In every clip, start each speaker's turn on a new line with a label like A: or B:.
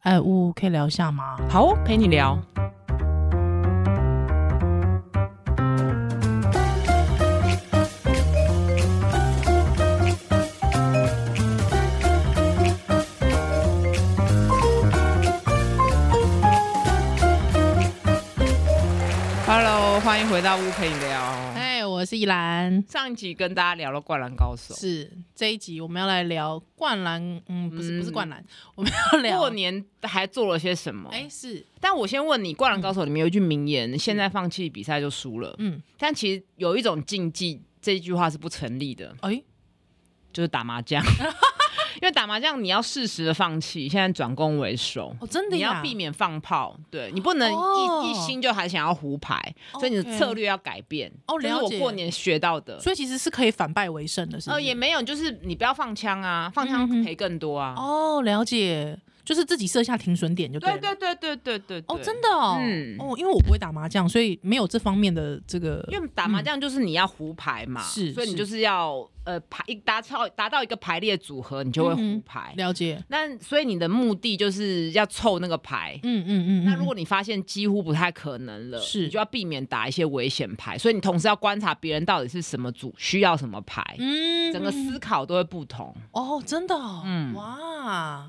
A: 哎，呜，可以聊一下吗？
B: 好哦，陪你聊。Hello，欢迎回到屋陪你聊。
A: 哎，我是依兰，
B: 上一集跟大家聊了《灌篮高手》，
A: 是这一集我们要来聊灌篮，嗯，不是
B: 嗯
A: 不是灌篮，我们要聊
B: 过。年还做了些什么？
A: 哎，是，
B: 但我先问你，《灌篮高手》里面有一句名言：“现在放弃比赛就输了。”
A: 嗯，
B: 但其实有一种禁忌，这一句话是不成立的，
A: 哎，
B: 就是打 麻将。因为打麻将你要适时的放弃，现在转攻为守，
A: 哦，真的
B: 你
A: 呀，
B: 要避免放炮，对你不能一、
A: 哦
B: 一心就还想要胡牌，所以你的
A: OK
B: 策略要改变。
A: 哦
B: 这是
A: 了
B: 我
A: 解
B: 过年学到的。
A: 所以其实是可以反败为胜的，是不
B: 呃，
A: 是
B: 也没有，就是你不要放枪啊，放
A: 嗯
B: 枪
A: 哼
B: 赔更多啊。
A: 哦，了解，就是自己设下停损点就
B: 对
A: 了。
B: 对对对对对
A: 哦，
B: 对
A: 真的哦，
B: 嗯
A: 哦，因为我不会打麻将，所以没有这方面的这个，
B: 因为打麻将就是你要胡牌嘛，
A: 是
B: 所以你
A: 是
B: 就是要呃排一达到达到一个排列组合，你就会
A: 嗯
B: 胡
A: 哼
B: 牌。
A: 了解，
B: 那所以你的目的就是要凑那个牌。
A: 嗯嗯嗯，
B: 那如
A: 嗯
B: 果你发现几乎不太可能了，
A: 是
B: 你就要避免打一些危险牌，所以你同时要观察别人到底是什么组需要什么牌，
A: 嗯，
B: 整个思考都会不同。
A: 哦，真的、哦，
B: 嗯
A: 哇，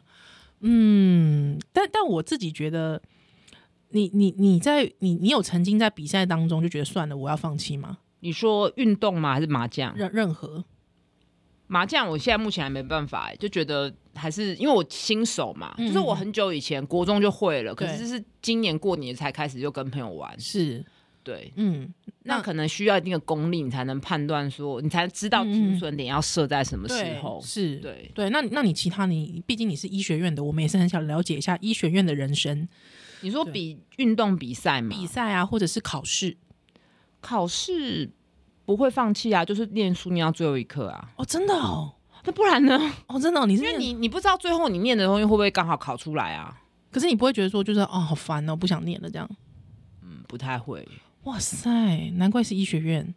A: 嗯，但但我自己觉得，你你你在你你有曾经在比赛当中就觉得算了，我要放弃吗？
B: 你说运动吗？还是麻将？
A: 任任何
B: 麻将我现在目前还没办法、欸，就觉得还是因为我新手嘛，
A: 嗯
B: 就是我很久以前国中就会了，可
A: 对
B: 是这是今年过年才开始就跟朋友玩。
A: 是，
B: 对，
A: 嗯，
B: 那可能需要一定的功力，你才能判断说，你才知道
A: 嗯嗯
B: 停损点要设在什么时
A: 嗯对
B: 候，。
A: 是，
B: 对，
A: 对，那那你其他你，毕竟你是医学院的，我们也是很想了解一下医学院的人生
B: 你说
A: 对
B: 比运动比赛嘛，
A: 比赛啊，或者是考试
B: 考试不会放弃啊，就是念书念到最后一刻啊，
A: 哦，真的哦，
B: 那不然呢？
A: 哦，真的、哦，你是
B: 因为
A: 念
B: 你你不知道最后你念的东西会不会刚好考出来啊？
A: 可是你不会觉得说就是哦，好烦哦，不想念了这样。
B: 嗯，不太会，
A: 哇塞，难怪是医学院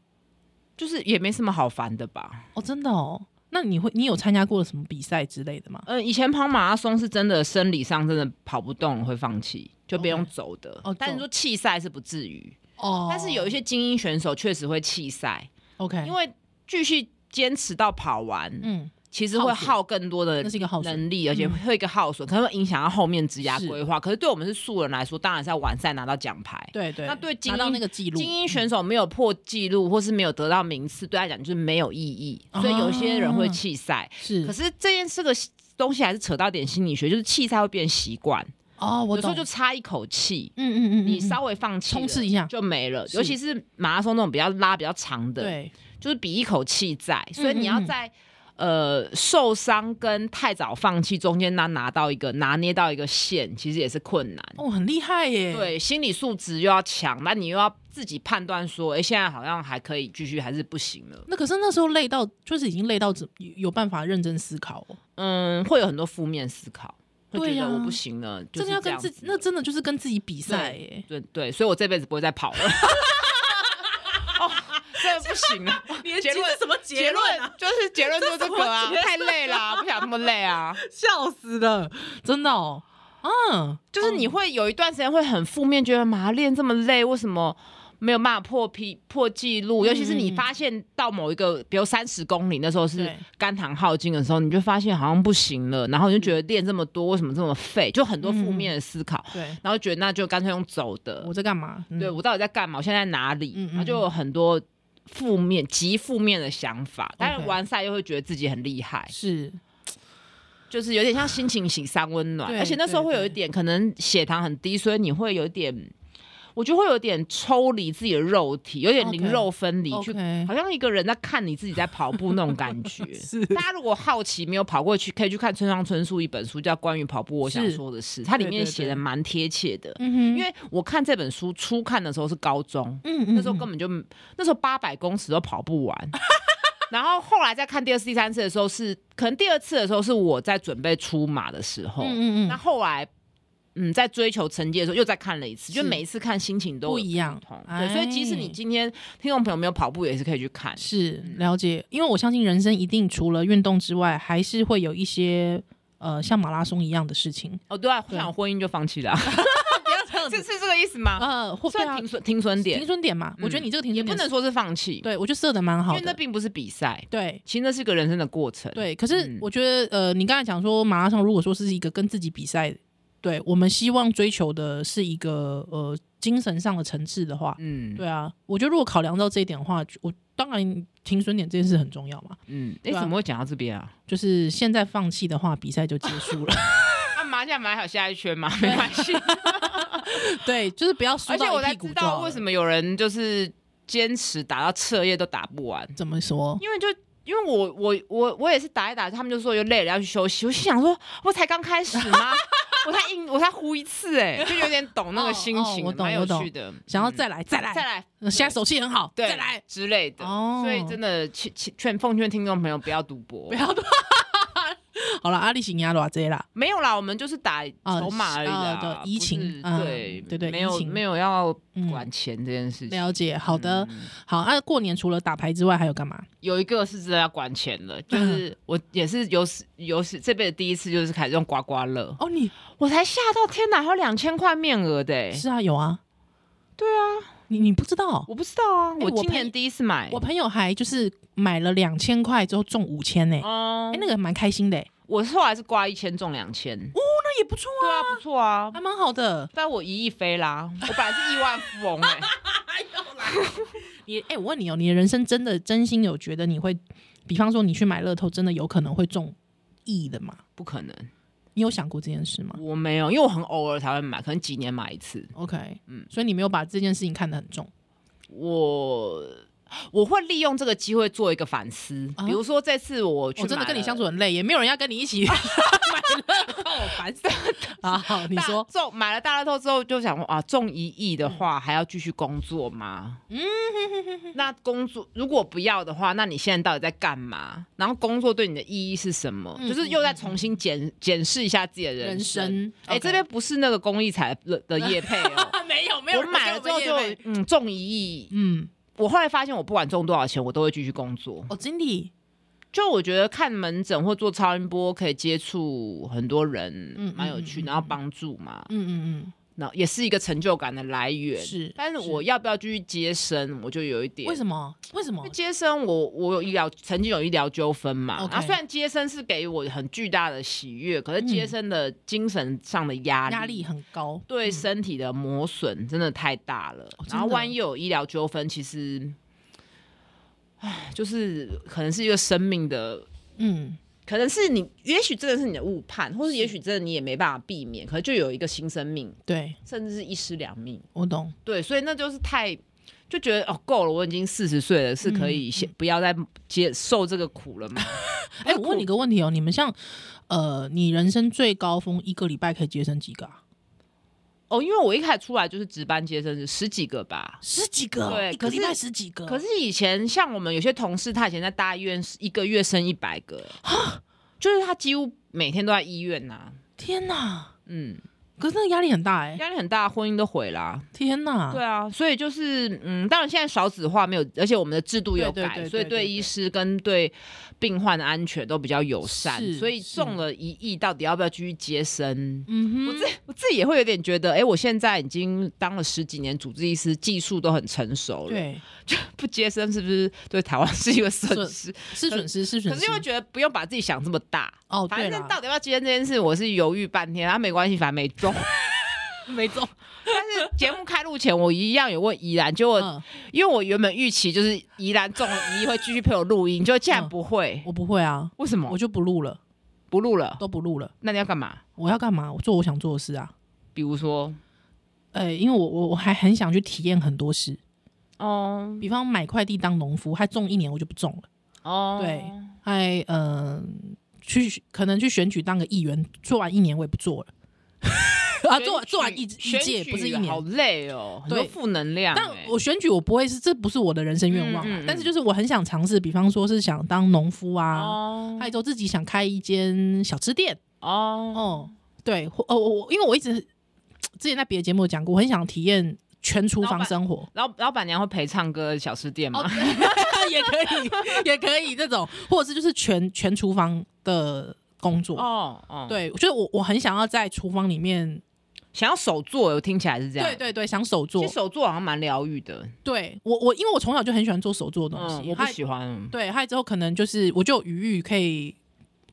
B: 就是也没什么好烦的吧。
A: 哦，真的哦。那你会，你有参加过什么比赛之类的吗？
B: 呃，以前跑马拉松是真的生理上真的跑不动会放弃，就别
A: OK
B: 用走的。
A: 哦
B: 但是
A: 走
B: 说弃赛是不至于，
A: 哦
B: 但是有一些精英选手确实会弃赛，
A: OK，
B: 因为继续坚持到跑完，
A: 嗯，
B: 其实会
A: 耗损
B: 耗更多的
A: 那是一个耗损，嗯
B: 能力，而且会一个耗损，可能会影响到后面职涯
A: 是
B: 规划。可是对我们是素人来说，当然是要完赛拿到奖牌。
A: 对对，
B: 那对精
A: 拿到
B: 英
A: 那个记录，
B: 精英选手没有破纪录，或是没有得到名次，对他来讲就是没有意义，
A: 啊
B: 所以有些人会弃赛。
A: 是
B: 可是这件事个东西还是扯到点心理学，就是弃赛会变习惯，
A: 哦，我
B: 有时候
A: 懂，
B: 就差一口气，
A: 嗯嗯嗯，
B: 你
A: 嗯
B: 稍微放弃了
A: 冲刺一下
B: 就没了。
A: 是
B: 尤其是马拉松那种比较拉比较长的，
A: 对
B: 就是比一口气在，所以你要
A: 嗯嗯
B: 在呃受伤跟太早放弃中间拿拿到一个拿捏到一个线，其实也是困难。
A: 哦，很厉害耶，，
B: 对，心理素质又要强，那你又要自己判断说，哎、现在好像还可以继续，还是不行了。
A: 那可是那时候累到，就是已经累到怎有有办法认真思考哦，
B: 嗯，会有很多负面思考，会
A: 对
B: 觉
A: 呀
B: 得我不行了，就
A: 真
B: 是
A: 的要
B: 这
A: 跟
B: 样
A: 自
B: 子
A: 己，那真的就是跟自己比赛耶，
B: 对对，所以我这辈子不会再跑 了。哦，这不行了，
A: 你
B: 结论
A: 什么 啊
B: 结论？啊就是结论 就是这个啊，太累了啊，不想那么累啊。
A: 笑死了，真的哦，嗯，
B: 就是你会有一段时间会很负面，觉得嘛练这么累，为什么没有办法破批破纪录？尤其是你发现到某一个，比如三十公里那时候是
A: 对
B: 肝糖耗尽的时候，你就发现好像不行了，然后你就觉得练这么多为什么这么废？就很多负面的思考，
A: 对，
B: 然后觉得那就干脆用走的
A: 我，在干嘛？嗯
B: 对我到底在干嘛？我现在在哪里？
A: 嗯嗯
B: 然后就有很多。负面极负面的想法，但是
A: OK
B: 完赛又会觉得自己很厉害，
A: 是
B: 就是有点像心情洗三温暖，
A: 对
B: 而且那时候会有一点可能血糖很低，所以你会有一点，我觉得会有点抽离自己的肉体，有点灵
A: OK，
B: 肉分离去
A: OK，
B: 好像一个人在看你自己在跑步那种感 觉。
A: 是
B: 大家如果好奇没有跑过去，可以去看村上春树一本书，叫《关于跑步我想
A: 是
B: 说的事》，它里
A: 对
B: 面
A: 对
B: 写的
A: 对
B: 蛮贴切的。
A: 嗯哼
B: 因为我看这本书初看的时候是高中，
A: 嗯嗯
B: 那时候根本就那时候八百公尺都跑不完。 然后后来再看第二次、第三次的时候是，可能第二次的时候是我在准备出马的时候。
A: 嗯嗯
B: 那
A: 嗯，
B: 后来，嗯，在追求成绩的时候又再看了一次，
A: 是
B: 就每一次看心情都
A: 不一样
B: 同。，
A: 哎
B: 对，所以即使你今天听众朋友没有跑步，也是可以去看。嗯
A: 是了解，因为我相信人生一定除了运动之外，还是会有一些呃像马拉松一样的事情，
B: 哦，对啊，想婚姻就放弃了啊，
A: 不要这样
B: 是，是这个意思吗？
A: 呃，或对
B: 算
A: 啊
B: 停，损停损点嗯
A: 停，损点嘛，我觉得你这个停
B: 也
A: 损
B: 不
A: 点
B: 能
A: 是
B: 说是放弃，
A: 对我觉得设的蛮
B: 因
A: 好
B: 为那
A: 的，
B: 并不是比赛，
A: 对。
B: 其实那是个人生的过程。
A: 对，可是
B: 嗯
A: 我觉得，呃，你刚才讲说马拉松，如果说是一个跟自己比赛，对我们希望追求的是一个呃精神上的层次的话，
B: 嗯，
A: 对啊，我觉得如果考量到这一点的话，我当然停损点这件事很重要嘛。
B: 嗯，哎，
A: 对啊
B: 怎么会讲到这边啊？
A: 就是现在放弃的话，比赛就结束了。
B: 那麻将买好下一 圈嘛，没关系。
A: 对，就是不要输
B: 而且
A: 到
B: 我
A: 一
B: 才
A: 屁股
B: 知
A: 就好
B: 道
A: 了
B: 为什么有人就是坚持打到彻夜都打不完，
A: 怎么说？
B: 因为就。因为我我我我也是打一打，他们就说又累了要去休息。我心想说，我才刚开始吗？ 我才硬我才胡一次哎、就有点懂那个心情，
A: 哦哦我懂
B: 蛮
A: 我
B: 有
A: 懂
B: 趣的。
A: 想要
B: 嗯
A: 再来，再来，
B: 再来，
A: 呃现在手气很好，
B: 对
A: 再来，
B: 之类的。
A: 哦
B: 所以真的劝劝劝奉劝听众朋友不要赌博，
A: 不要多。好了，阿力行压罗这啦，
B: 没有啦，我们就是打
A: 哦
B: 筹码而已
A: 啊
B: 啦，
A: 对
B: 不
A: 移情
B: 是
A: 嗯
B: 对
A: 对对
B: 没
A: 移
B: 有
A: 情
B: 没有要
A: 嗯
B: 管钱这件事情。
A: 了解。好的，
B: 嗯
A: 好。那、过年除了打牌之外，还有干嘛？
B: 有一个是真的要管钱了，就是我也是有史有史这辈子第一次就是开始用刮刮乐，
A: 哦，你
B: 我才吓到，天哪，还有两千块面额的、欸，
A: 是啊，有啊，
B: 对啊，
A: 你你不知道，
B: 我不知道啊，
A: 欸我
B: 我今
A: 朋
B: 年第一次买，
A: 我朋友还就是买了两千块之后中五千呢，哎、
B: 哦、
A: 那个蛮开心的、哎
B: 我后来是刮一千中两千，
A: 那也不错
B: 对
A: 啊，
B: 啊，不错啊，
A: 还蛮好的。
B: 但我一亿飞啦，我本来是亿万富翁 哎、
A: 你哎、我问你哦，你的人生真的真心有觉得你会，比方说你去买乐透，真的有可能会中亿的吗？
B: 不可能，
A: 你有想过这件事吗
B: 我没有，因为我很偶尔才会买，可能几年买一次。
A: ？OK，嗯
B: 嗯，
A: 所以你没有把这件事情看得很重。
B: 我我会利用这个机会做一个反思，
A: 啊
B: 比如说这次我去
A: 我真的
B: 买
A: 跟你
B: 了
A: 相处很累，也没有人要跟你一 起买乐透，烦死了。啊，好，你
B: 大
A: 说嗯
B: 中买了大乐透之后，就想说啊，中一亿的话还要继续工作吗？嗯， 那工作如果不要的话，那你现在到底在干嘛？然后工作对你的意义是什么？
A: 嗯
B: 就是又再重新检检视一下自己的人
A: 人
B: 生。
A: 生，
B: 哎、
A: OK
B: 这边不是那个公益彩的的业配哦。
A: 啊没 有没
B: 我
A: 人跟
B: 买了之
A: 们
B: 后
A: 夜
B: 就
A: 配
B: 嗯中一亿，
A: 嗯，
B: 我后来发现我不管中多少钱，我都会继续工作。
A: 哦，经理，
B: 就我觉得看门诊或做超音波可以接触很多人
A: 嗯，
B: 蛮有趣，
A: 嗯嗯
B: 然后帮助嘛，
A: 嗯嗯
B: 那也是一个成就感的来
A: 嗯，。
B: 源
A: 是，
B: 但是我
A: 是
B: 要不要继续接生，我就有一点
A: 为什么？为什么
B: 因为？接生我我有医疗曾经有医疗纠纷嘛，
A: OK
B: 然后虽然接生是给予我很巨大的喜悦，可是接生的精神上的压
A: 嗯
B: 力
A: 压力很高，嗯
B: 对
A: 哦
B: 身体的磨损真的太大了。
A: 真的
B: 然后万一有医疗纠纷，其实，唉，就是可能是一个生命的，
A: 嗯，
B: 可能是你，也许真的是你的误判，或者也许真的你也没办法避免，可能就有一个新生命，
A: 对
B: 甚至是一尸两命。
A: 我懂，
B: 对，所以那就是太。就觉得哦，够了，我已经四十岁了，是可以先不要再接受这个苦了嘛？
A: 哎、我问你个问题哦，你们像呃，你人生最高峰一个礼拜可以节省几个啊？
B: 哦，因为我一开始出来就是值班接生，十几个吧，
A: 十几个哦，
B: 对
A: 一个
B: 可
A: 礼
B: 是
A: 拜十几个，
B: 可是以前像我们有些同事，他以前在大医院是一个月生一百个，就是他几乎每天都在医院呐、
A: 天哪，
B: 嗯，
A: 可是那个压力很大哎、
B: 压力很大，婚姻都毁啦。
A: 天哪，
B: 对啊，所以就是嗯，当然现在少子化没有，而且我们的制度有
A: 对对对
B: 改，
A: 对
B: 所以
A: 对
B: 对
A: 对
B: 医师跟对病患的安全都比较友善
A: 是。
B: 所以中了一亿，到底要不要继续接生？
A: 嗯
B: 我
A: 哼，
B: 自我自己也会有点觉得，哎、我现在已经当了十几年主治医师，技术都很成熟了，
A: 对，
B: 不接生是不是对台湾是一个损
A: 损
B: 失？
A: 是损失是损
B: 可
A: 失，
B: 是因为觉得不用把自己想这么大，
A: 哦，对
B: 反正
A: 了，
B: 到底要不要接这件事，我是犹豫半天，啊，没关系，反正没中。
A: 没中，
B: 节目开录前，我一样有问怡然，结果、
A: 嗯，
B: 因为我原本预期就是怡然中了，怡会继续陪我录音，就竟然不会，
A: 我不会啊，
B: 为什么？
A: 我
B: 嗯我
A: 就不录了，
B: 不录了，
A: 都不录了，
B: 那你要干嘛？
A: 我要干嘛？我做我想做的事啊，
B: 比如说，
A: 呃，因为我我我还很想去体验很多事，
B: 哦
A: 比方买快递当农夫，还中一年我就不中了。
B: 哦，
A: 对还呃去可能去选举当个议员，做完一年我也不做了。 啊，
B: 选举，
A: 做完做完一一
B: 选举
A: 届不是一
B: 好
A: 年，
B: 累哦，很多
A: 对
B: 负能量、
A: 但
B: 哎
A: 我选举我不会是，这不是我的人生愿望啊。
B: 嗯嗯嗯
A: 但是就是我很想尝试，比方说是想当农夫啊，
B: 哦
A: 还有、自己想开一间小吃店
B: 哦，
A: 哦，对，或哦我我因为我一直之前在别的节目有讲过，我很想体验全厨
B: 老
A: 房
B: 板
A: 生活，
B: 老老板娘会陪唱歌的小吃店吗？
A: 哦， 也可以，也可以这种，或者是就是全全厨房的工作。
B: 哦哦，，
A: 对，就是我我很想要在厨房里面，
B: 想要手做，我听起来是这样。
A: 对对对，想手做
B: 其实。手做好像蛮疗愈的，
A: 对我我因为我从小就很喜欢做手做的东西，
B: 嗯，我不
A: 还
B: 喜欢。
A: 对，还之后可能就是我就有余裕可以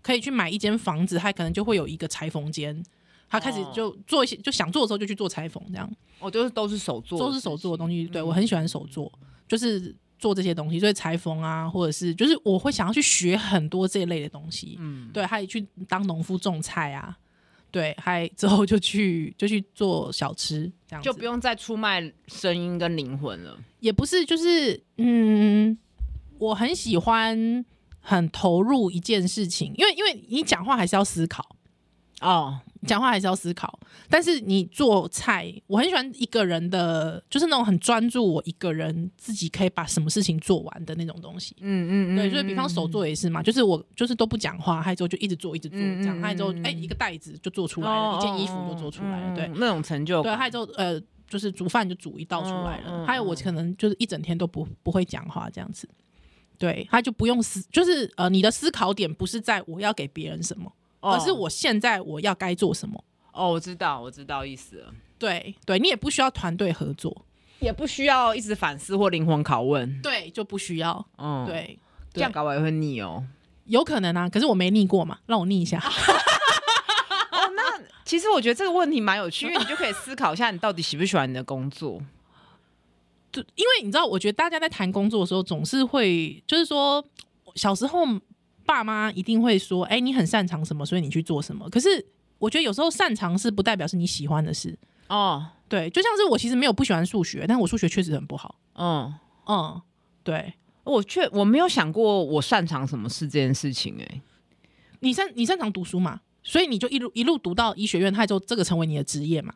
A: 可以去买一间房子，还可能就会有一个裁缝间。他开始
B: 哦
A: 就做一些，就想做的时候就去做裁缝，这样
B: 我就是都是手做，
A: 都是手做的东西。对我
B: 嗯
A: 很喜欢手做，就是做这些东西，所以裁缝啊，或者是就是我会想要去学很多这一类的东西。
B: 嗯，
A: 对，还去当农夫种菜啊，对，还之后就去就去做小吃，这样子
B: 就不用再出卖声音跟灵魂了。
A: 也不是，就是嗯，我很喜欢很投入一件事情，因为因为你讲话还是要思考，
B: 哦，
A: 讲话还是要思考，但是你做菜，我很喜欢一个人的，就是那种很专注，我一个人自己可以把什么事情做完的那种东西。
B: 嗯嗯嗯，
A: 对，所以比方手做也是嘛，就是我就是都不讲话，害之后就一直做一直做，
B: 嗯
A: 这样害之后
B: 嗯嗯
A: 哎、一个袋子就做出来了，
B: 哦
A: 一件衣服就做出来了，
B: 嗯
A: 对，
B: 那种成就
A: 对，
B: 感，
A: 还有之后呃，就是煮饭就煮一道出来了。
B: 嗯嗯
A: 还有我
B: 嗯
A: 可能就是一整天都不不会讲话这样子，对，他就不用思，就是呃，你的思考点不是在我要给别人什么，
B: 哦
A: 而是我现在我要该做什么。
B: 哦，我知道，我知道意思了，
A: 对对，你也不需要团队合作，
B: 也不需要一直反思或灵魂拷问。
A: 对，就不需要。
B: 嗯，，
A: 对，
B: 这样搞我也会腻哦。
A: 有可能啊，可是我没逆过嘛，让我逆一下。
B: 哦，那其实我觉得这个问题蛮有趣，因为你就可以思考一下，你到底喜不喜欢你的工作。
A: 就因为你知道，我觉得大家在谈工作的时候，总是会就是说，小时候爸妈一定会说：“哎、你很擅长什么，所以你去做什么。”可是我觉得有时候擅长是不代表是你喜欢的事。
B: 哦，
A: 对，就像是我其实没有不喜欢数学，但我数学确实很不好。
B: 嗯，
A: 嗯，对
B: 我却我没有想过我擅长什么事这件事情、欸，
A: 你擅你擅长读书嘛，所以你就一路一路读到医学院，它就这个成为你的职业嘛。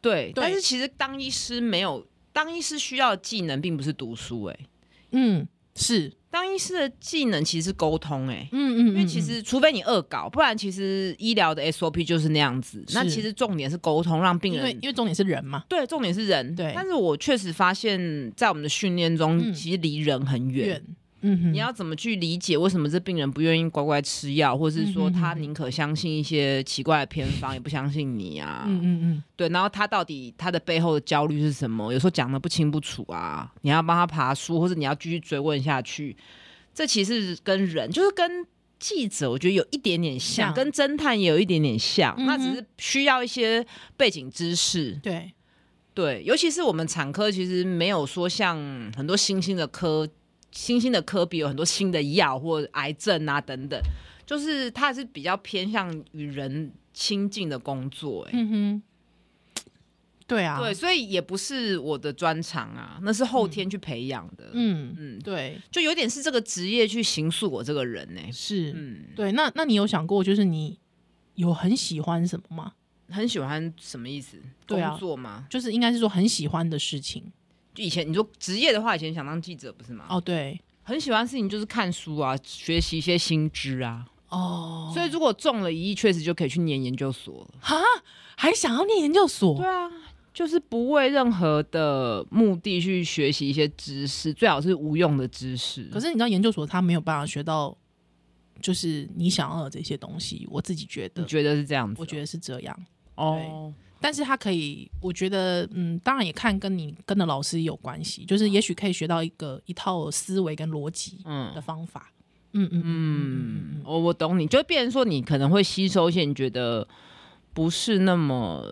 B: 对，
A: 对
B: 但是其实当医师没有，当医师需要的技能并不是读书、哎，
A: 嗯，是，
B: 当医师的技能其实是沟通、哎。
A: 嗯嗯，
B: 因为其实，除非你恶搞，不然其实医疗的 SOP 就是那样子。
A: 是
B: 那其实重点是沟通，让病
A: 因为
B: 人
A: 因为重点是人嘛，
B: 对，重点是人。
A: 对
B: 但是我确实发现，在我们的训练中，
A: 嗯
B: 其实离人很远。
A: 远，嗯哼，
B: 你要怎么去理解为什么这病人不愿意乖乖吃药，或是说
A: 嗯哼
B: 他
A: 哼
B: 宁可相信一些奇怪的偏方，也不相信你啊？
A: 嗯嗯嗯，
B: 对，然后他到底他的背后的焦虑是什么？有时候讲的不清不楚啊，你要帮他爬书，或者你要继续追问下去。这其实是跟人，就是跟记者，我觉得有一点点像，
A: 像
B: 跟侦探也有一点点像，那
A: 嗯
B: 只
A: 哼
B: 是需要一些背景知识。
A: 对，
B: 对，尤其是我们产科，其实没有说像很多新兴的科、新兴的科比有很多新的药或癌症啊等等，就是它是比较偏向与人亲近的工作、欸。
A: 嗯哼，对啊，
B: 对，，所以也不是我的专长啊，那是后天去培养的。嗯
A: 嗯，对，
B: 就有点是这个职业去形塑我这个人呢、
A: 是，
B: 嗯，
A: 对。那那你有想过，就是你有很喜欢什么吗？
B: 很喜欢什么意思？
A: 对啊
B: 工作吗？
A: 就是应该是说很喜欢的事情。
B: 就以前你说职业的话，以前想当记者不是吗？
A: 哦，对，
B: 很喜欢的事情就是看书啊，学习一些新知啊。
A: 哦，
B: 所以如果中了一亿，确实就可以去念研究所了。
A: 哈，还想要念研究所
B: 对？啊，就是不为任何的目的去学习一些知识，最好是无用的知识。
A: 可是你知道，研究所他没有办法学到，就是你想要的这些东西。我自己觉
B: 你
A: 得，
B: 觉得是这样子哦？
A: 我觉得是这样。
B: 哦，
A: 但是他可以，我觉得，嗯，当然也看跟你跟的老师有关系，就是也许可以学到一个一套思维跟逻辑
B: 嗯
A: 的方法。嗯嗯嗯
B: 嗯，我我懂你，就变成说你可能会吸收一些你觉得不是那么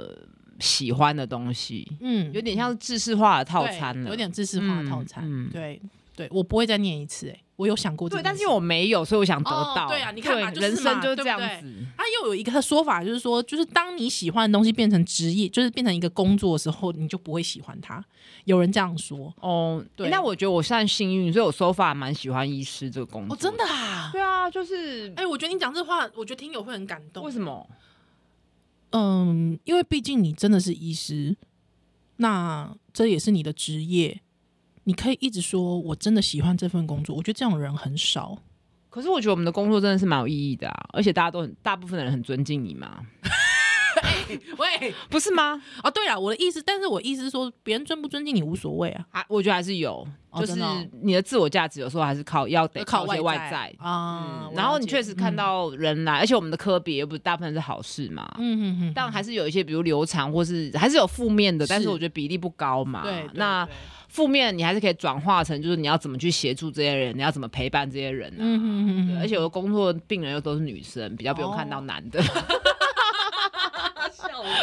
B: 喜欢的东西，
A: 嗯，
B: 有点像是制式化的套餐
A: 对
B: 了，
A: 有点知识化的套餐。
B: 嗯嗯
A: 对对，我不会再念一次、哎，我有想过这件事，
B: 对，但是因为我没有，所以我想得
A: 哦
B: 到。
A: 对啊你看嘛
B: 对
A: 就是
B: 人生
A: 嘛
B: 就是
A: 对
B: 这
A: 不
B: 样
A: 对
B: 子。
A: 它又有一个说法，就是说，就是当你喜欢的东西变成职业，就是变成一个工作的时候，你就不会喜欢它。有人这样说，
B: 哦，
A: 对
B: 那我觉得我算幸运，所以我手法蛮喜欢医师这个工作。
A: 哦，真？的啊。
B: 对啊，就是
A: 哎、我觉得你讲这话，我觉得听友会很感动。
B: 为什？么？
A: 嗯，因为毕竟你真的是医师，那这也是你的职业，你可以一直说我真的喜欢这份工作。我觉得这种人很少。
B: 可是我觉得我们的工作真的是蛮有意义的啊，而且大家都很，大部分的人很尊敬你嘛。
A: 哎、 喂，
B: 不是吗？
A: 哦，对了，我的意思，但是我意思是说，别人尊不尊敬你无所谓啊，
B: 还我觉得还是有，
A: 哦
B: 就是
A: 真的哦呃
B: 你的自我价值有时候还是靠要得
A: 靠
B: 一些外
A: 在
B: 嗯
A: 啊。
B: 然后你确
A: 实，
B: 实看到人来，而且我们的科别又不大部分是好事嘛，
A: 嗯嗯嗯，
B: 但还是有一些比如流产或是还是有负面的，但是
A: 是
B: 我觉得比例不高嘛。
A: 对，对
B: 那
A: 对
B: 负面你还是可以转化成就是你要怎么去协助这些人，你要怎么陪伴这些人啊。
A: 嗯嗯嗯
B: 对
A: 嗯，哦
B: 而且我的工作病人又都是女生，比较不用看到男 的。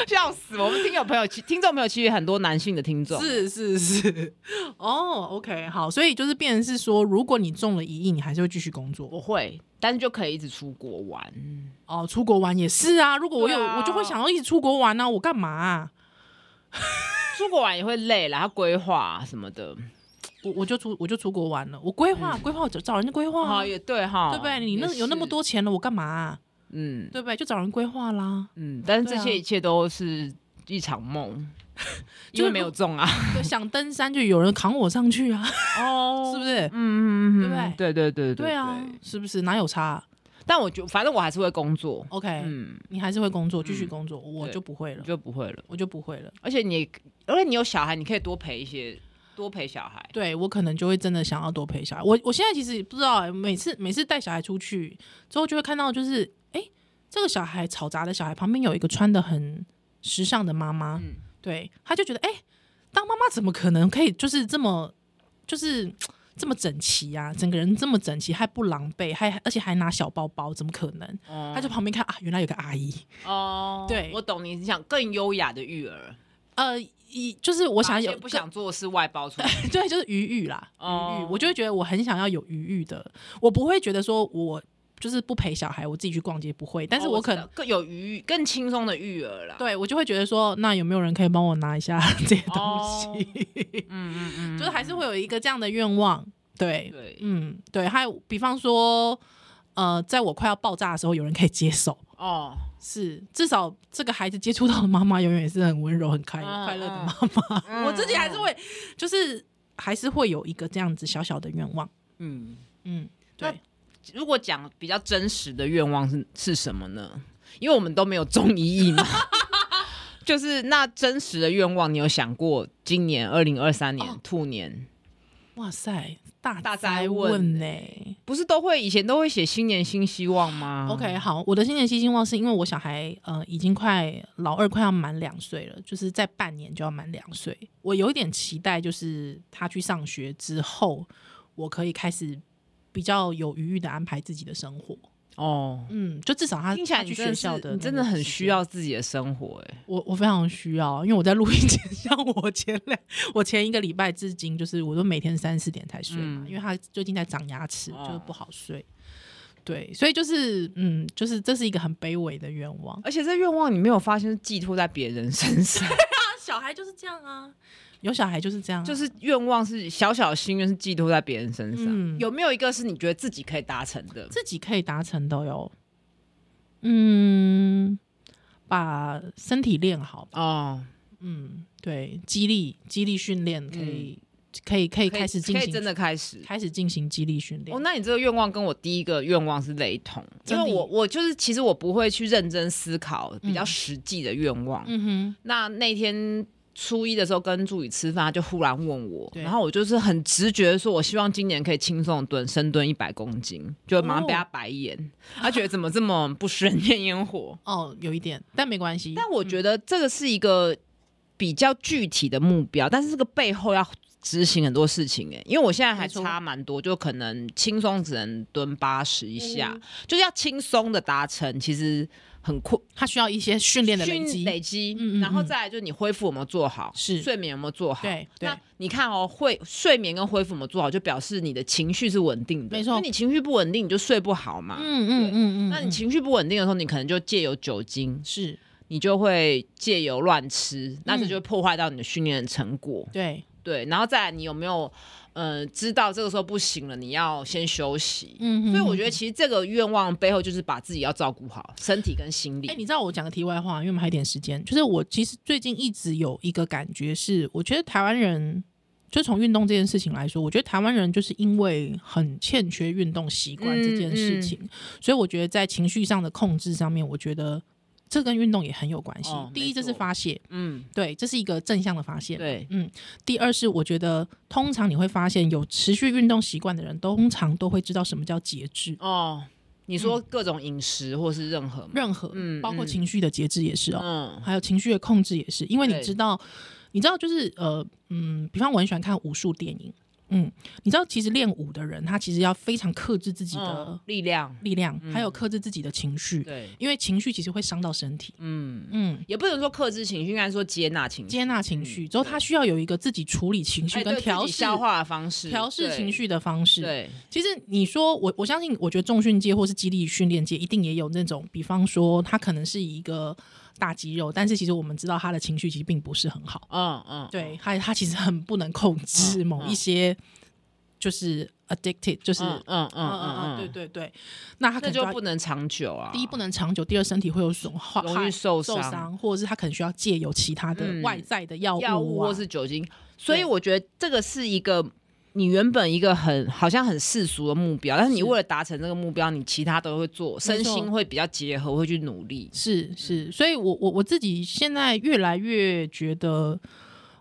B: 笑死！我们听友朋友，其听众朋友其实很多男性的听众，啊
A: 是是是， 哦，OK，好，所以就是变成是说，如果你中了一亿，你还是会继续工作
B: 我会，但是就可以一直出国玩。
A: 哦。出国玩也是啊，如果我有，
B: 对啊
A: 我就会想要一直出国玩啊，我干嘛啊、
B: 出国玩也会累啦，然后规划什么的，
A: 我我就出我就出国玩了，我规划规划我就找人家规划、
B: 啊
A: 啊，
B: 也对哈，
A: 对不对？你
B: 嗯也
A: 那有那么
B: 是，
A: 多钱了，我干嘛啊、
B: 嗯
A: 对不对？就找人规划啦。
B: 嗯，但是这
A: 对啊
B: 些一切都是一 场梦，
A: 就是
B: 因为没 有中啊，
A: 对，想登山就有人扛我上去啊，
B: 哦
A: 是不？是？
B: 嗯，嗯嗯
A: 对不
B: 对对对对
A: 对啊，是不是？哪有差啊
B: 但我觉反正我还是会工作，
A: ？OK，、
B: 嗯，
A: 你还是会工作，继续工作，我
B: 对
A: 就不会了，
B: 就不会了。
A: 我就不会了。
B: 而且你，而且你有小孩，你可以多陪一些，多陪小孩。
A: 对我可能就会真的想要多陪小孩。我我现在其实也不知道欸、每次每次带小孩出去之后，就会看到就是，哎、这个小孩吵杂的小孩旁边有一个穿的很时尚的妈妈，
B: 嗯
A: 对，他就觉得，哎、当妈妈怎么可能可以就是这么就是。这么整齐啊，整个人这么整齐，还不狼狈，还而且还拿小包包，怎么可能？
B: 哦
A: 他就旁边看啊，原来有个阿姨。
B: 哦，
A: 对
B: 我懂你，你想更优雅的育儿，
A: 呃，一就是我
B: 我
A: 想要有
B: 啊不想做事外包出来。
A: 对，就是余裕啦，余
B: 哦
A: 裕，我就会觉得我很想要有余裕的，我不会觉得说我就是不陪小孩，我自己去逛街不会，但是
B: 哦
A: 我可
B: 知
A: 能、
B: 道更有余更轻松的育儿啦。
A: 对我就会觉得说，那有没有人可以帮我拿一下 这些东
B: 哦
A: 西？
B: 嗯嗯嗯，
A: 就是还是会有一个这样的愿望，对，
B: 对
A: 嗯，对，还有比方说，呃，在我快要爆炸的时候，有人可以接手。
B: 哦，
A: 是，至少这个孩子接触到的妈妈永远是很温柔、很开、
B: 嗯
A: 快乐的
B: 嗯
A: 妈妈。 我自己还是会，就是还是会有一个这样子小小的愿望。
B: 嗯。
A: 嗯，
B: 那
A: 对，
B: 如果讲比较真实的愿望是是什么呢？因为我们都没有中一 亿嘛，就是那真实的愿望，你有想过今年二零二三年、
A: 哦
B: 兔年，
A: 哇塞，大
B: 大
A: 灾
B: 灾
A: 问欸
B: 问欸
A: 呢、
B: 不是都会以前都会写新年新希望吗
A: OK，好，我的新年新希望是因为我小孩呃已经快老二快要满两岁了，就是在半年就要满两岁，我有一点期待，就是他去上学之后，我可以开始比较有余裕的安排自己的生活。
B: 哦，
A: 嗯，就至少他
B: 听起来
A: 他
B: 你
A: 去
B: 真的
A: 学
B: 是
A: 校的
B: 你
A: 那
B: 真
A: 个
B: 的很
A: 时
B: 需
A: 间
B: 要自己的生活、哎，
A: 我我非常需要，因为我在录音前， 像我前两，我前一个礼拜至今，就是我都每天三四点才睡嘛，
B: 嗯
A: 因为他最近在长牙齿，
B: 哦
A: 就是不好睡。对，所以就是嗯，就是这是一个很卑微的愿望。
B: 而且这愿望你没有发现是寄托在别人身上，
A: 那小孩就是这样啊，有小孩就是这样啊、
B: 就是愿望是小小的心愿是寄托在别人身上，
A: 嗯
B: 有没有一个是你觉得自己可以达成的？
A: 自己可以达成的哟。嗯，把身体练好吧。
B: 哦，
A: 嗯，对，激励激励训练可以、可以可以
B: 嗯可
A: 开始进
B: 可以
A: 行
B: 真的开始，
A: 开始进行激励训练。
B: 哦，那你这个愿望跟我第一个愿望是雷同，因
A: 真的
B: 为我我就是其实我不会去认真思考比较实际的愿望。
A: 嗯哼，
B: 那那天初一的时候跟助理吃饭，他就忽然问我，
A: 对
B: 然后我就是很直觉的说，我希望今年可以轻松地蹲深蹲一百公斤，就马上
A: 哦
B: 被他白眼，他觉得怎么这么不食人间烟火？
A: 哦，有一点，但没关系。
B: 但我觉得这个是一个比较具体的目标，但是这个背后要执行很多事情哎、因为我现在还
A: 没错
B: 差蛮多，就可能轻松只能蹲八十一下，
A: 嗯
B: 就是要轻松的达成，其实很困
A: 他需要一些训练的累积，
B: 累积，
A: 嗯嗯
B: 然后
A: 嗯
B: 再来就是你恢复有没有做好，
A: 是
B: 睡眠有没有做好，
A: 对对
B: 那你看哦，会睡眠跟恢复没做好，就表示你的情绪是稳定的。
A: 没错
B: 因为你情绪不稳定，你就睡不好嘛。
A: 嗯嗯嗯嗯，
B: 那你
A: 嗯
B: 情绪不稳定的时候，你可能就借由酒精，
A: 是
B: 你就会借由乱吃，那
A: 嗯
B: 这就会破坏到你的训练的成果。
A: 对，
B: 对，然后再来，你有没有呃知道这个时候不行了，你要先休息。
A: 嗯哼
B: 所以我觉
A: 得。
B: 得，其实这个愿望背后就是把自己要照顾好身体跟心理。
A: 哎、你知道我讲个题外话，因为我们还有一点时间。就是我其实最近一直有一个感觉是，我觉得台湾人，就从运动这件事情来说，我觉得台湾人就是因为很欠缺
B: 嗯
A: 运动习惯这件事情，所以我觉得在情绪上的控制上面，我觉得这跟运动也很有关系。
B: 哦
A: 第一，
B: 没
A: 这
B: 错
A: 是发泄，
B: 嗯，
A: 对，这是一个正向的发泄。
B: 对，
A: 第二是，我觉得通常你会发现，有持续运动习惯的人，通常都会知道什么叫节制。
B: 哦，你
A: 嗯
B: 说各种饮食或是任何吗，
A: 任何，
B: 嗯
A: 包括
B: 嗯
A: 情绪的节制也是哦，
B: 嗯，
A: 还有情绪的控制也是，因为你
B: 对
A: 知道，你知道就是呃，嗯，比方我很喜欢看武术电影，嗯，你知道其实练武的人，他其实要非常克制自己的
B: 嗯力量，
A: 力量，还有克制自己的情绪，
B: 对，
A: 因为情绪其实会伤到身体，
B: 嗯，
A: 嗯。
B: 也不能说克制情绪，应该说接纳情绪，
A: 接纳情绪之后，他需要有一个自己处理情绪
B: 嗯哎
A: 跟
B: 对自己
A: 调试、
B: 消化的方式，
A: 调试
B: 对
A: 情，绪的方式。
B: 对，
A: 其实你说我，我相信，我觉得重训界或是激励训练界一定也有那种，比方说他可能是一个大肌肉，但是其实我们知道他的情绪其实并不是很好，
B: 嗯嗯，
A: 对他他其实很不能控制
B: 嗯
A: 某一些，就是 addicted，就是
B: 嗯，
A: 嗯嗯
B: 嗯嗯嗯
A: 嗯，
B: 嗯，
A: 对。对对，那他可
B: 那
A: 能
B: 就
A: 要
B: 不能长久啊！
A: 第一不能长久，第二身体会有损坏，
B: 容易受
A: 受
B: 伤
A: 伤，或者是他可能需要借由其他的
B: 嗯
A: 外在的药
B: 药
A: 物
B: 物
A: 啊，
B: 或是酒精，所以
A: 对
B: 我觉得这个是一个你原本一个很好像很世俗的目标，但是你
A: 是
B: 为了达成这个目标，你其他都会做，身心会比较结合，会去努力。
A: 是是，所以我我我自己现在越来越觉得，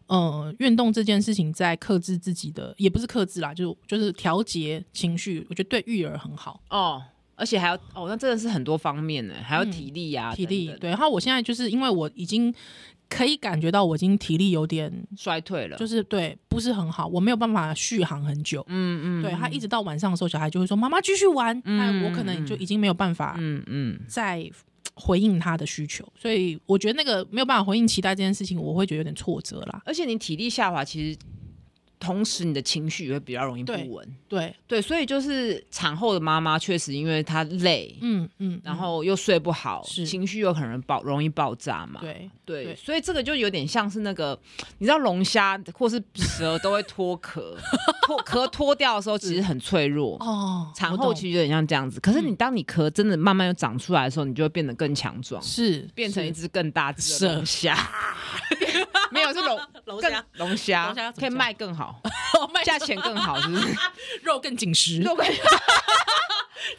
A: 呃，运动这件事情在克制自己的，也不是克制啦，就是就是调节情绪，我觉得对育儿很好，
B: 哦，而且还要哦，那真的是很多方面呢，还有体力啊，
A: 嗯体力
B: 等等
A: 对。然后我现在就是因为我已经可以感觉到我已经体力有点，
B: 衰退了，
A: 就是对不是很好，我没有办法续航很久。
B: 嗯嗯，
A: 对他一直到晚上的时候，小孩就会说：“妈妈继续玩。
B: 嗯
A: 那我可能就已经没有办法
B: 嗯嗯，
A: 再回应他的需求，所以我觉得那个没有办法回应期待这件事情，我会觉得有点挫折啦。
B: 而且你体力下滑，其实同时你的情绪也会比较容易不
A: 对
B: 稳。
A: 对，
B: 对，所以就是产后的妈妈确实因为她累，
A: 嗯嗯，
B: 然后又睡不好，
A: 是
B: 情绪有可能爆容易爆炸嘛。
A: 对
B: 对
A: 对
B: 所以这个就有点像是那个，你知道龙虾或是蛇都会脱壳，脱壳脱掉的时候其实很脆弱。
A: 哦，
B: 产
A: 我
B: 后
A: 懂
B: 其实有点像这样子，可是你当你壳真的慢慢又长出来的时候，你就会变得更强壮，
A: 是
B: 变成一
A: 只
B: 只更大只的
A: 蛇
B: 龙 虾。没有是 龙
A: 龙
B: 更
A: 虾，
B: 龙虾
A: 龙虾要怎
B: 可
A: 么
B: 以
A: 讲
B: 卖更 好，
A: 卖
B: 价钱更好，是不是？
A: 肉更紧实，
B: 如果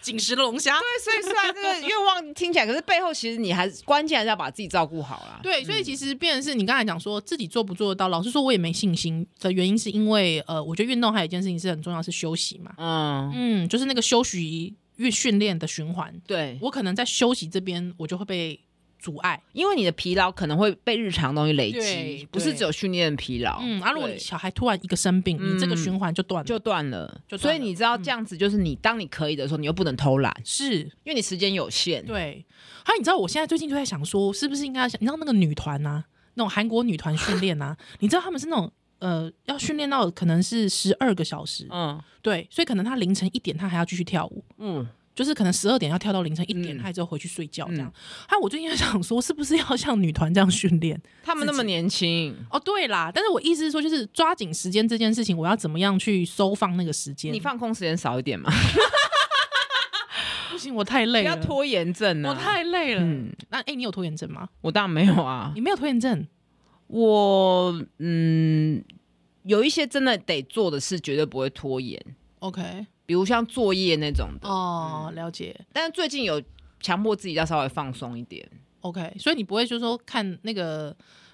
A: 紧实的龙虾。
B: 对，所以虽然这个 愿望听起来，可是背后其实你还是关键还是要把自己照顾好啦。
A: 对，所以其实变成是你刚才讲说自己做不做得到，老实说我也没信心的原因是因为呃，我觉得运动还有一件事情是很重要，是休息嘛。
B: 嗯，
A: 嗯，就是那个休息越训练的循环，
B: 对，
A: 我可能在休息这边我就会被阻碍。
B: 因为你的疲劳可能会被日常东西累积
A: 对，
B: 不是
A: 对
B: 只有训练的疲劳。
A: 嗯，啊，如果你
B: 对
A: 小孩突然一个生病，你这个
B: 嗯
A: 循环就断了。
B: 就断了，嗯
A: 就断
B: 所以
A: 了
B: 你知道这样子就是你，当你可以的时候，你又不能偷懒，
A: 是
B: 因为你时间有限。
A: 对，还有你知道我现在最近就在想说，是不是应该要想，你知道那个女团啊，那种韩国女团训练啊，你知道他们是那种呃，要训练到可能是十二个小时，
B: 嗯
A: 对，所以可能她凌晨一点她还要继续跳舞，
B: 嗯，
A: 就是可能十二点要跳到凌晨一点，
B: 嗯
A: 她之后回去睡觉这样
B: 嗯。
A: 还有我最近就想说，是不是要像女团这样训练？
B: 他们那么年轻，
A: 哦，对啦，但是我意思是说，就是抓紧时间这件事情，我要怎么样去收放那个时间？
B: 你放空时间少一点嘛，
A: 不行，我太
B: 不
A: 累
B: 要
A: 了，
B: 拖延症
A: 我
B: 啊！
A: 太累了。
B: 嗯
A: 那哎、你有拖延症吗？
B: 我当然没有啊，
A: 你没有拖延症，
B: 我嗯，有一些真的得做的事绝对不会拖延，
A: OK，
B: 比如像作业那种的。
A: 哦，了解。
B: 但是最近有强迫自己要稍微放松一点，
A: OK，所以你不会就是说看那个，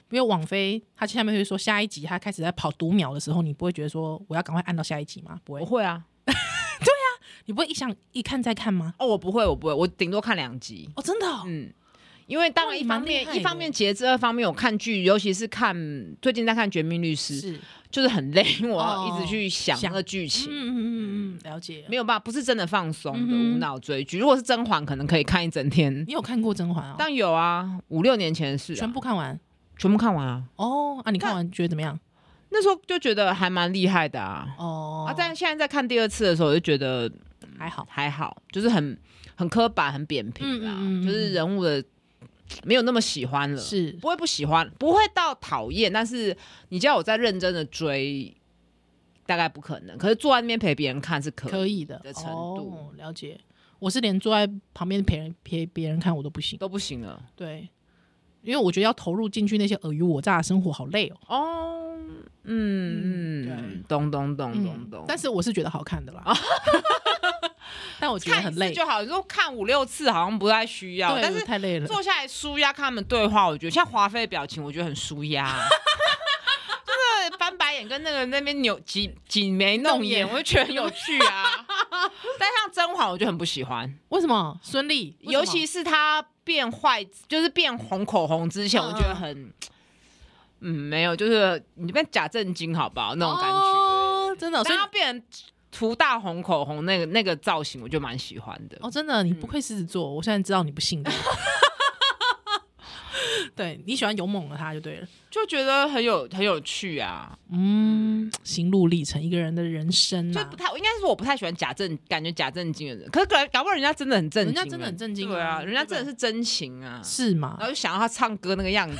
A: 比如网飞，他下面会说下一集他开始在跑读秒的时候，你不会觉得说我要赶快按到下一集吗？不会
B: 我，会啊，
A: 你不会一想一看再看吗？
B: 哦，我不会，我不会，我顶多看两集，
A: 哦，真的、哦，
B: 嗯。因为当然
A: 哇
B: 一
A: 你
B: 方
A: 蛮厉
B: 面
A: 害
B: 一
A: 的欸
B: 方面节制，二方面我看剧，尤其是看最近在看《绝命律师》，
A: 是，
B: 就是很累， 因为我要
A: 哦
B: 一直去想那
A: 想
B: 个剧
A: 嗯
B: 情，
A: 嗯嗯嗯嗯，了解。
B: 没有办法，不是真的放松的
A: 嗯哼
B: 无脑追剧。如果是甄嬛，可能可以看一整天，
A: 你有看过《甄嬛》哦？
B: 但有啊，五六年前的事啊，
A: 全部看完
B: 全部看完啊。
A: 哦啊！你看
B: 看
A: 完觉得怎么样？
B: 那时候就觉得还蛮厉害的啊。
A: 哦
B: 啊，但现在在看第二次的时候，我就觉得
A: 还好。
B: 还好，就是很很刻板、很扁平啦，
A: 嗯嗯嗯嗯
B: 就是人物的没有那么喜欢了，
A: 是
B: 不会不喜欢，不会到讨厌，但是你叫我再认真的追，大概不可能。可是坐在那边陪别人看是可以，
A: 可以的
B: 的程度
A: 哦，了解。我是连坐在旁边陪人陪别人看我都不行，
B: 都不行了
A: 对，因为我觉得要投入进去那些尔虞我诈的生活好累哦。
B: 哦。嗯嗯，
A: 对
B: 懂懂懂懂
A: 嗯
B: 懂。
A: 但是我是觉得好看的啦。但我觉得
B: 看
A: 很
B: 一次
A: 累，
B: 就好，你说看五六次好像不太需要，
A: 对，
B: 但
A: 我
B: 是
A: 太累了。
B: 坐下来舒压，看他们对话，我觉得像华妃的表情，我觉得很舒压。 真的翻白眼跟那个那边扭挤挤眉弄
A: 弄
B: 眼，
A: 眼
B: 我就觉得很有趣啊。 但像甄嬛，我就很不喜欢，
A: 为什么？孙俪，为什么
B: 尤其是她变坏，就是变红口红之前，
A: 嗯
B: 我觉得很，嗯，没有，就是你变假正经好不好那种感觉。
A: 哦，真的，所
B: 当
A: 以
B: 她变成涂大红口红那个那个造型，我就蛮喜欢的。
A: 哦，真的，你
B: 嗯
A: 不愧狮子座，我现在知道你不 信任。对你喜欢勇猛的他就对了。
B: 就觉得很有很有趣啊，
A: 嗯，心路历程，一个人的人生
B: 就
A: 啊
B: 不，太，应该是我不太喜欢假正，感觉假正经的人，可是搞搞不好人家真的很正经
A: 人
B: 欸，
A: 家真的很震惊，
B: 对啊，人家真的是真情啊，
A: 是吗
B: 然？后就想到他唱歌那个样子。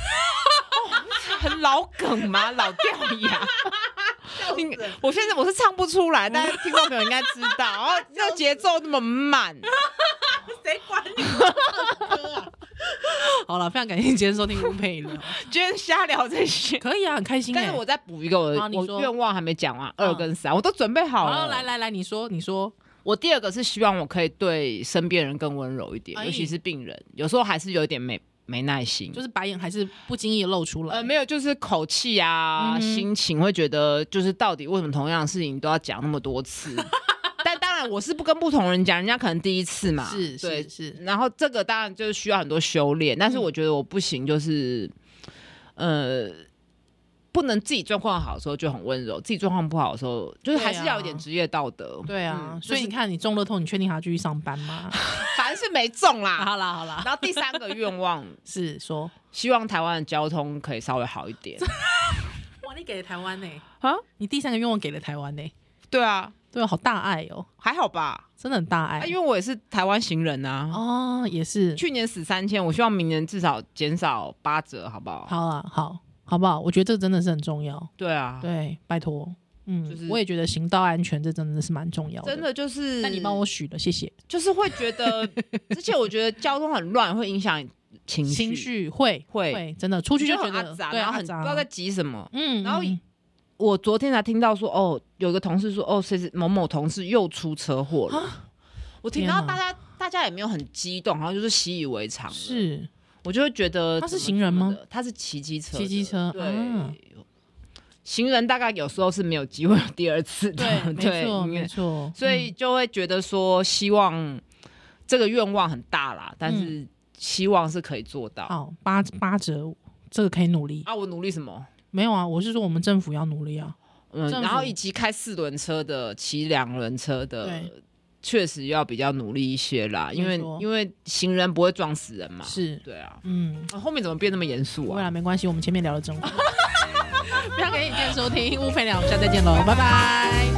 B: 哦很老梗吗？老掉牙。你我现在我是唱不出来，但是听众朋友应该知道。然后 那节奏那么慢，
A: 谁管你好了，非常感谢今天收听吴佩 聊，
B: 今天瞎聊这些。
A: 可以啊，很开心欸。
B: 但是我再补一个，我
A: 好
B: 的
A: 你
B: 我
A: 说嗯
B: 愿望还没讲完，二跟三我都准备好
A: 好
B: 了。
A: 来来来，你说你说，
B: 我第二个是希望我可以对身边人更温柔一点，
A: 哎
B: 尤其是病人，有时候还是有一点没没耐心。
A: 就是白眼还是不经意地露出来
B: 呃，。没有，就是口气
A: 嗯
B: 啊、
A: 哼
B: 心情，会觉得就是到底为什么同样的事情都要讲那么多次？ 但当然，我是不跟不同人讲，人家可能第一次嘛，
A: 是
B: 对
A: 是是，
B: 然后这个当然就是需要很多修炼，但是
A: 嗯
B: 我觉得我不行，就是、呃，不能自己状况好的时候就很温柔，自己状况不好的时候，就是还是要有一点
A: 对啊
B: 职业道德。
A: 对啊，
B: 嗯
A: 所以
B: 就
A: 你
B: 是
A: 看你中乐透，你确定还要继续上班 吗？
B: 反正是没中啦。
A: 好啦好啦，
B: 然后第三个愿望，
A: 是说，
B: 希望台湾的交通可以稍微好一点
A: 哇，你给了台湾呢、
B: 啊。
A: 你第三个愿望给了台湾呢、
B: 对啊，
A: 对啊，好大爱哦，
B: 还好吧，
A: 真的很大爱。
B: 啊、因为我也是台湾行人啊。
A: 哦，也是，
B: 去年死三千，我希望明年至少减少八折，好不好？
A: 好啦，好，好不好？我觉得这真的是很重要。
B: 对啊，
A: 对，拜托，嗯，
B: 就是
A: 我也觉得行道安全这真的是蛮重要的。
B: 真，的就是，
A: 那你帮我许了，谢谢。
B: 就是会觉 得，而且我觉得交通很乱，会影响情绪，
A: 情绪会
B: 会
A: 会真的出去就
B: 就
A: 觉
B: 很
A: 得
B: 阿杂，啊
A: 对
B: 然后很
A: 阿
B: 不
A: 杂
B: 知道在急什么。
A: 嗯，
B: 然后
A: 嗯
B: 我昨天才听到说，哦，有一个同事说，哦，谁谁某某同事又出车祸了。啊我听到
A: 天哪
B: 大家大家也没有很激动，好像就是习以为常了。
A: 是
B: 我就会觉得
A: 他是
B: 怎么
A: 行人吗
B: 说的？他是骑机车的，
A: 骑机车
B: 对。
A: 啊
B: 行人大概有时候是没有机会有第二次的，
A: 对，没错
B: 因
A: 没
B: 为
A: 错，
B: 所以就会觉得说，希望这个愿望很大啦，但
A: 嗯
B: 是希望是可以做到。
A: 嗯好八八折，这个可以努力。
B: 啊，我努力什么？
A: 没有啊，我是说我们政府要努力啊。
B: 嗯，
A: 政府
B: 然后以及开四轮车的、骑两轮车的
A: 对，
B: 确实要比较努力一些啦，因为
A: 没错
B: 因为行人不会撞死人嘛。，
A: 是，
B: 对啊。
A: 嗯，
B: 啊后面怎么变那么严肃
A: 不
B: 啊
A: 会？啦，没关系，我们前面聊了政府。非常感谢你今天的收听《乌飞聊》，我们下次再见喽，拜拜。